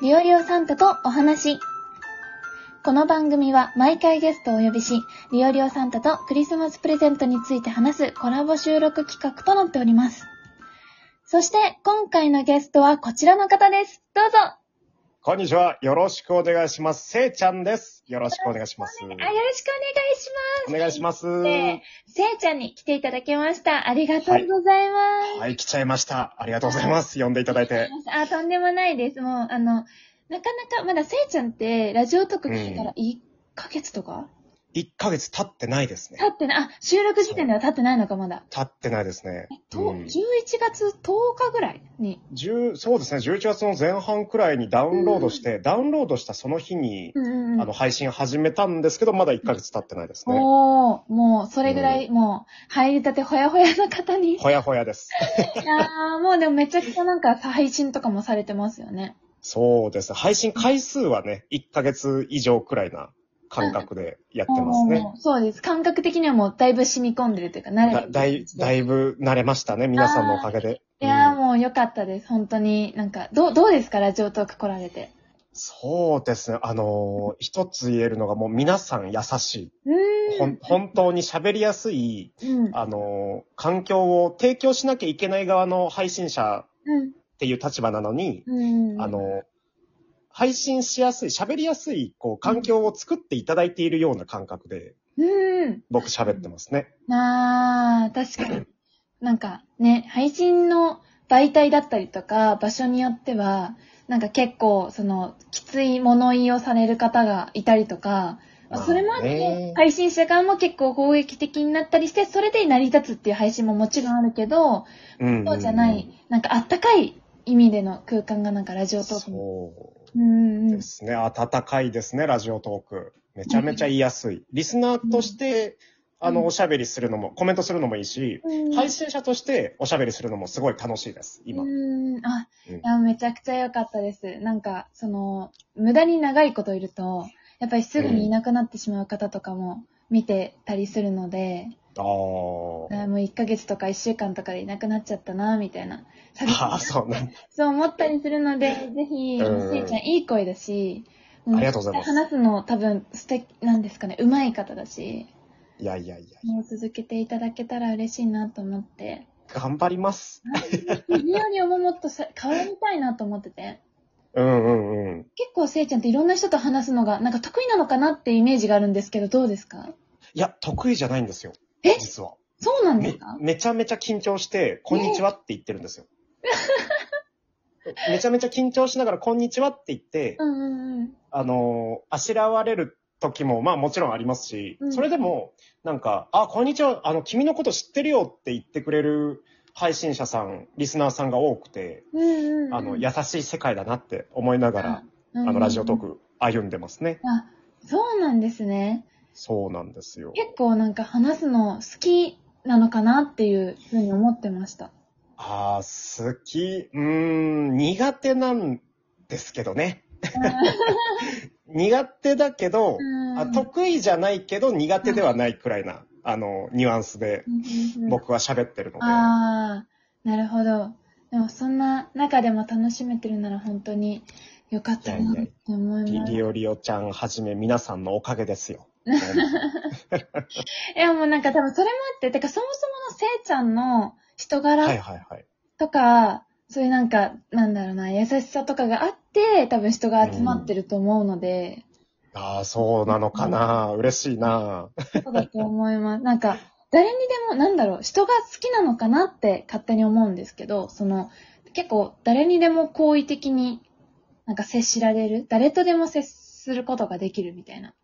リオリオサンタとお話。この番組は毎回ゲストをお呼びし、リオリオサンタとクリスマスプレゼントについて話すコラボ収録企画となっております。そして、今回のゲストはこちらの方です。どうぞこんにちは。よろしくお願いします。せいちゃんです。よろしくお願いします。あよろしくお願いしおます願いします。えはーせいちゃんに来ていただきました。ありがとうございます。い、来ちゃいました。ありがとうございます。呼んでいただいて。あ、とんでもないです。もう、あの、なかなか、まだせいちゃんって、ラジオ特聞いたら1ヶ月とか、 1ヶ月経ってないですね経。ってない、あ、収録時点では経ってないのか、まだ。経ってないですねえ。と、うん11月10日ぐらいに。 10そうですね。11月の前半くらいにダウンロードして、ダウンロードしたその日に、うんうんうあんの、。配信始めたんですけど、まだ1ヶ月経ってないですね。おー、もう、それぐらい、もう、入りたてほやほやの方に。いほやほやです。やー、もうでもめちゃくちゃなんか、配信とかもされてますよね。そうですね。配信回数はね、1ヶ月以上くらいな感覚でやってますね。もうそうです。感覚的にはもう、だいぶ染み込んでるというか、慣れだだい、だいぶ慣れましたね。皆さんのおかげで。いやーうんもう良かったです。本当に。なんか、どう、どうですかラジオトーク来られて。そうですね。あのー一つ言えるのがもう皆さん優しうーい。ん。ほん本当に喋りやすい、うん。あのー環境を提供しなきゃいけない側の配信者うん。っていう立場なのに、うん。あのー配信しやすい、喋りやすい、こう、環境を作っていただいているような感覚で、うん。僕喋ってますね。なあ、確かに。なんかね、配信の媒体だったりとか、場所によっては、なんか結構、その、きつい物言いをされる方がいたりとか、まあそれもあっまあてね、配信者側も結構攻撃的になったりして、それで成り立つっていう配信ももちろんあるけど、うんそうじゃない。、なんかあったかい意味での空間がなんかラジオトークにそう。うんうんですね。温かいですね、ラジオトーク。めちゃめちゃ言いやすい。リスナーとして、うんあうんの、おしゃべりするのも、コメントするのもいいし、うん。配信者としておしゃべりするのもすごい楽しいです、今。うん。あ、うんいや、めちゃくちゃ良かったです。なんか、その、無駄に長いこといると、やっぱりすぐにいなくなってしまう方とかも見てたりするので、ああー。もう1ヶ月とか1週間とかでいなくなっちゃったな、みたいな。寂しいあー、そうなんだ。そう思ったりするので、ぜひ、うんせいちゃんいい声だし、ありがとうございます話すの多分素敵なんですかね、上手い方だし、いやいやいや。もう続けていただけたら嬉しいなと思 って、頑張ります。リオリオももっとさ変わりたいなと思ってて。うんうんうん。結構せいちゃんっていろんな人と話すのが、なんか得意なのかなってイメージがあるんですけど、どうですかいや、得意じゃないんですよ。え実は。そうなんですめか、めちゃめちゃ緊張して、こんにちはって言ってる んですよ。めちゃめちゃ緊張しながら、こんにちはって言って、うんうんうん。あの、あしらわれる時も、まあもちろんありますしうん、それでも、なんか、あ、こんにちは、あの、君のこと知ってるよって言ってくれる配信者さん、リスナーさんが多くて、うんうんうん、あの、優しい世界だなって思いながら、ああの、ラジオトー。ク歩んでますね。あ、そうなんですね。そうなんですよ。結構なんか話すの好きなのかなっていうふうに思ってました。あー、好き、うーん、苦手なんですけどね。苦手だけど、うんあ得意じゃないけど苦手ではないくらいな、あの、ニュアンスでうんうんうん僕は喋ってるので。ああ、なるほど。でもそんな中でも楽しめてるなら本当に良かったなって思いリます。リオリオちゃんはじめ皆さんのおかげで すよ。いやもうなんか多分それもあって、てかそもそものせいちゃんの人柄はいはいはい。とか、そういうなんか、なんだろうな、優しさとかがあって、多分人が集まってると思うので、ああ、そうなのかな。嬉しいな。そうだと思います。なんか、誰にでも、なんだろう、人が好きなのかなって勝手に思うんですけど、その、結構誰にでも好意的になんか接しられる、誰とでも接することができるみたいな。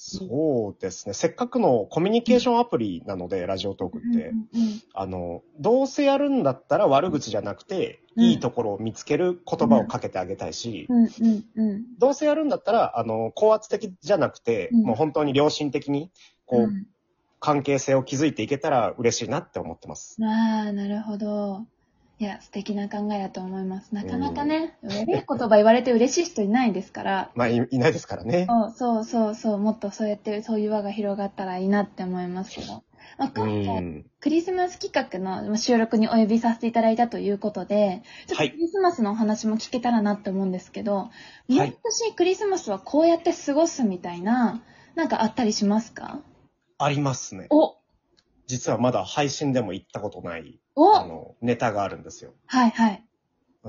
そうですね。せっかくのコミュニケーションアプリなので、ラジオトークって。うんうんあの、どうせやるんだったら悪口じゃなくて、うんいいところを見つける言葉をかけてあげたいし、うんうんうんどうせやるんだったら、あの、高圧的じゃなくて、うんもう本当に良心的に、こう、うん関係性を築いていけたら嬉しいなって思ってます。ああ、なるほど。いや、素敵な考えだと思います。なかなかね、悪い言葉言われて嬉しい人いないですから、まあ、いいないですからね。そうそうそうそう、もっとそうやって、そういう輪が広がったらいいなって思いますけど。まあ、今う回、ん。クリスマス企画のまあ収録にお呼びさせていただいたということで、ちょっはといクリスマスのお話も聞けたらなって思うんですけど、い毎年クリスマスはこうやって過ごすみたいな、なんかあったりしますかありますね。お実はまだ配信でも行ったことない、おあはいの、ネタがあるんですよ。はい。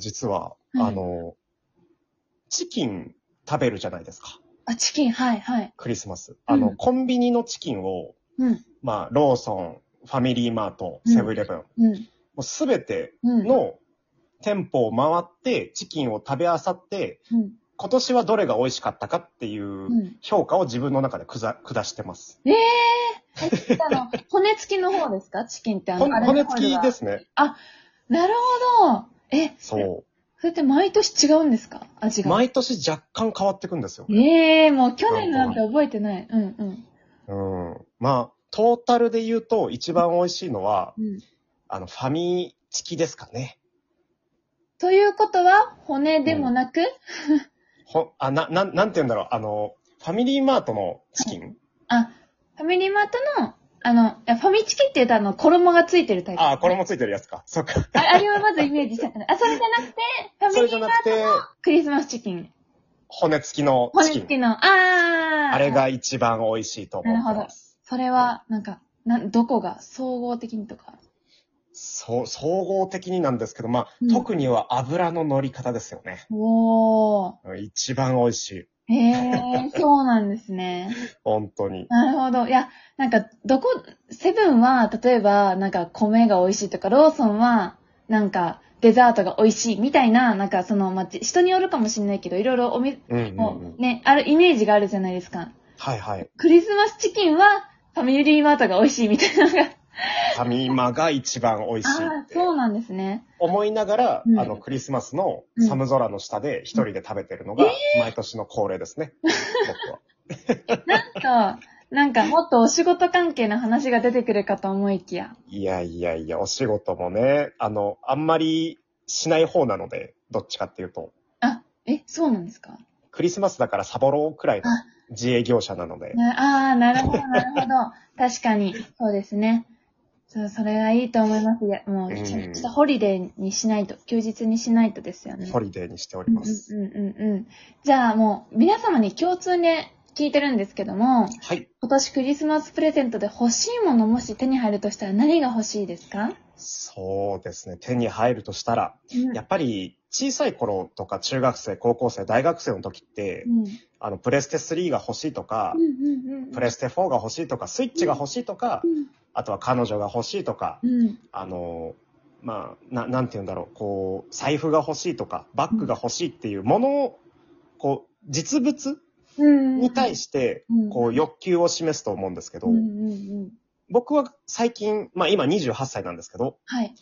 実は、うんあの、チキン食べるじゃないですか。あ、チキン、はいはい。クリスマス。あうの、んコンビニのチキンを、うん、まあ、ローソン、ファミリーマート、うんセブンイレブン、もうん、うすべてうん。の店舗を回って、チキンを食べあさって、うん、今年はどれが美味しかったかっていううん。評価を自分の中でくざ下してます。ええー、え、あの、骨付きの方ですかチ キンってあの、ほんあれ。骨付きですすね。なるほど。え、そう。それって毎年違うんですか味が。毎年若干変わってくんですよ。ええもう去年なんて覚えてない。うんうん。うん。まあ、トータルで言うと一番美味しいのは、うん、あの、ファミチキですかね。ということは、骨でもなく、ほ、あ、な、なん、なんて言うんだろう。あの、ファミリーマートのチキンあ、ファミリーマートの、あの、いやファミチキって言うとあの、衣がついてるタイプ。ああ、これもついてるやつか。そっか。ああれはまずイメージしちゃったね。あ、それじゃなくて、ファミそれリじゃーマなーくて、トクリスマスチキン。骨付きの骨チキ付ン。きの、あー。あれ。が一番美味しいと思ってます。それは、なんか、なん、どこが、総合的にとか。そう、総合的になんですけど、まあ、うん特には油の乗り方ですよね。おー。一番美味しい。へえ、 そうなんですね。本当に。なるほど。いや、なんか、どこ、セブンは、例えば、なんか、米が美味しいとか、ローソンは、なんか、デザートが美味しいみたいな、なんか、その、まあ、じ人によるかもしれないけど、いろいろおみ、うんうんもうんう。ね、あるイメージがあるじゃないですか。はいはい。クリスマスチキンは、ファミリーマートが美味しいみたいなのが。ファミマが一番美味しいあっあ、てそうなんですね。思いながら、うんあの、クリスマスの寒空の下で一人で食べてるのが、毎年の恒例ですね。僕は。なんか、なんか、もっとお仕事関係の話が出てくるかと思いきや。いやいやいや、お仕事もね、あの、あんまりしない方なので、どっちかっていうと。あ、え、そうなんですかクリスマスだからサボろうくらいの自営業者なので。なああ、なるほど、なるほど。 確かに、そうですね。そう、それがいいと思います。いやもう、うんちゃんとしたホリデーにしないと、休日にしないとですよね。ホリデーにしておりうんうます。んうんうん。じゃあもう、皆様に共通で聞いてるんですけども、はい。今年クリスマスプレゼントで欲しいものもし手に入るとしたら何が欲しいですかそうですね。手に入るとしたら、うんやっぱり小さい頃とか中学生、高校生、大学生の時ってう、んあの、プレステ3が欲しいとかう、んうんうん。プレステ4が欲しいとか、スイッチが欲しいとかう、んあとは彼女が欲しいとか、うんあの、まあ、ななんて言うんだろう、こう、財布が欲しいとか、バッグが欲しいっていうものを、こう、実物うん。に対してうん、こう、欲求を示すと思うんですけどうん、うんうん。僕は最近、まあ今28歳なんですけど、はい。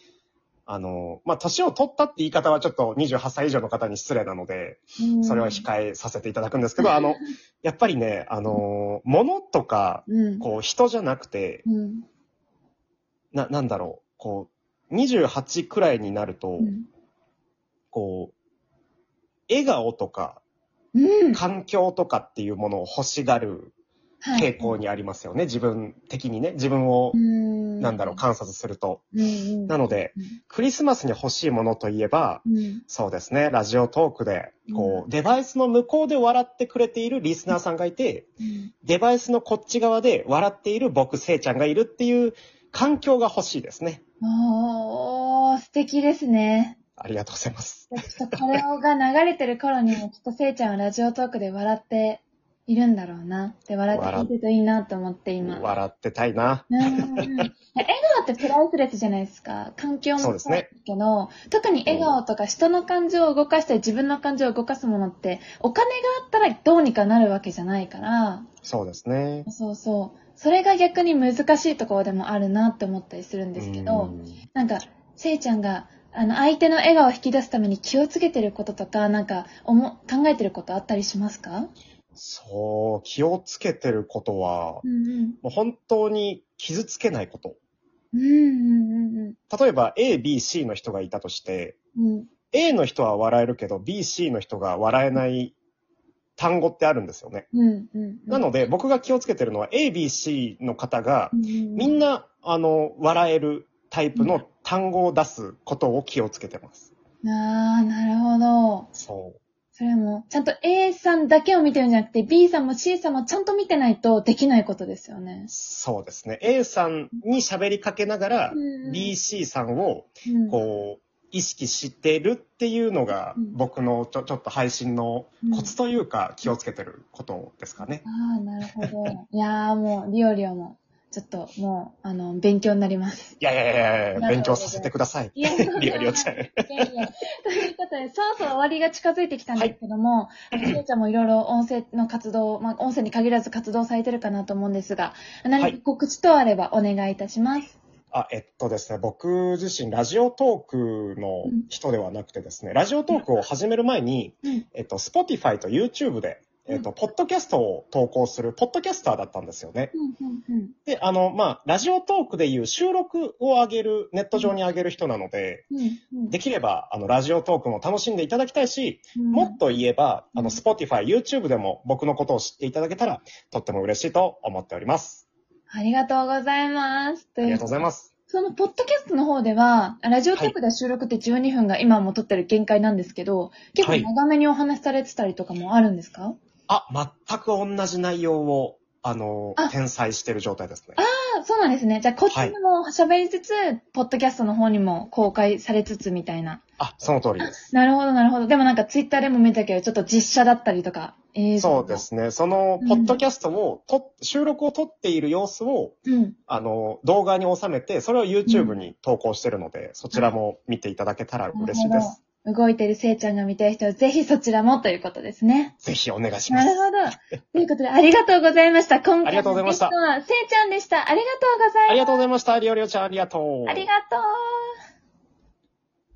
あの、まあ年を取ったって言い方はちょっと28歳以上の方に失礼なので、それはえ。控えさせていただくんですけど、あの、やっぱりね、あの、物とか、うん。こう、人じゃなくて、うん。な、なんだろう、こう、28くらいになるとう、ん。こう、笑顔とか、うん。環境とかっていうものを欲しがるはい傾向にありますよね。自分的にね。自分をう、んなんだろう、観察すると。うんなので、クリスマスに欲しいものといえば、うん。そうですね、ラジオトークで、こう、デバイスの向こうで笑ってくれているリスナーさんがいて、うん。デバイスのこっち側で笑っている僕、せいちゃんがいるっていう環境が欲しいですね。おー、素敵ですね。ありがとうございます。ちょっとこれが流れてる頃にも、きっとせいちゃんはラジオトークで笑っているんだろうな。で、笑って聞いてるといいなと思って今。うん笑ってたいな。うんうん笑顔ってプライスレスじゃないですか。環境もそうですねけど、特に笑顔とか人の感情を動かしたり自分の感情を動かすものって、お金があったらどうにかなるわけじゃないから、そうですね。そうそう。それが逆に難しいところでもあるなって思ったりするんですけうど、んなんか、せいちゃんが、あの、相手の笑顔を引き出すために気をつけてることとか、なんか、おも、考えてることあったりしますかそう、気をつけてることは、うんうん。もう本当に傷つけないこと。うんうん例えば A、B、C の人がいたとして、うんうん。 A の人は笑えるけど B、C の人が笑えない単語ってあるんですよね。うん、うん。なので、僕が気をつけてるのは A、B、C の方が、うん、みんな、あの、笑えるタイプの単語を出すことを気をつけてます。な。あー、なるほど。そう。それも、ちゃんと A さんだけを見てるんじゃなくて、B さんも C さんもちゃんと見てないとできないことですよね。そうですね。A さんに喋りかけながら、B、C さんを、うんこう、意識してるっていうのが、うん僕のちょちょっと配信のコツというか、気をつけてることですかね。ああ、なるほど。いやーもう、リオリオも、ちょっともう、あの、勉強になります。いやいやいやいや、勉強させてください。いや、リオリオちゃん。いやいや。ということで、そろそろ終わりが近づいてきたんですけども、しゅうちゃんもいろいろ音声の活動、まあ、音声に限らず活動されてるかなと思うんですが、は何かい告知等あればお願いいたします。あ、えっとですね、僕自身、ラジオトークの人ではなくてですね、ラジオトークを始める前に、うんえっと、Spotify と YouTube で、えっと、ポッドキャストを投稿する、ポッドキャスターだったんですよね。うん、うん、うん。で、あの、まあ、ラジオトークでいう収録を上げる、ネット上に上げる人なので、うん、できれば、あの、ラジオトークも楽しんでいただきたいし、うん。もっと言えば、あうんの、Spotify、YouTube でも僕のことを知っていただけたら、とっても嬉しいと思っております。ありがとうございます。あとりいがうとうございます。その、ポッドキャストの方では、ラジオトークで収録って12分が今も撮ってる限界なんですけど、結構長めにお話しされてたりとかもあるんですか、あ、全く同じ内容を、あのあ、転載してる状態ですね。あそうなんですね。じゃあ、こっちにも喋りつつ、ポッドキャストの方にも公開されつつみたいな。あ、その通りです。なるほど、なるほど。でもなんか、ツイッターでも見たけど、ちょっと実写だったりとか。えそうで。すね。そのう、んポッドキャストを、と、収録を撮っている様子を、うん。あの、動画に収めて、それを YouTube に投稿してるので、そちらも見ていただけたら嬉しいです。動いてるせいちゃんが見たい人は、ぜひそちらもということですね。ぜひお願いしまなする。ほど。ということで、ありがとうございました。今あ回りがとうごのざいゲましストたは、せいちゃんでした。ありがとうございます。ありがとうございました。りおりおちゃん、ありがとう。ありがとう。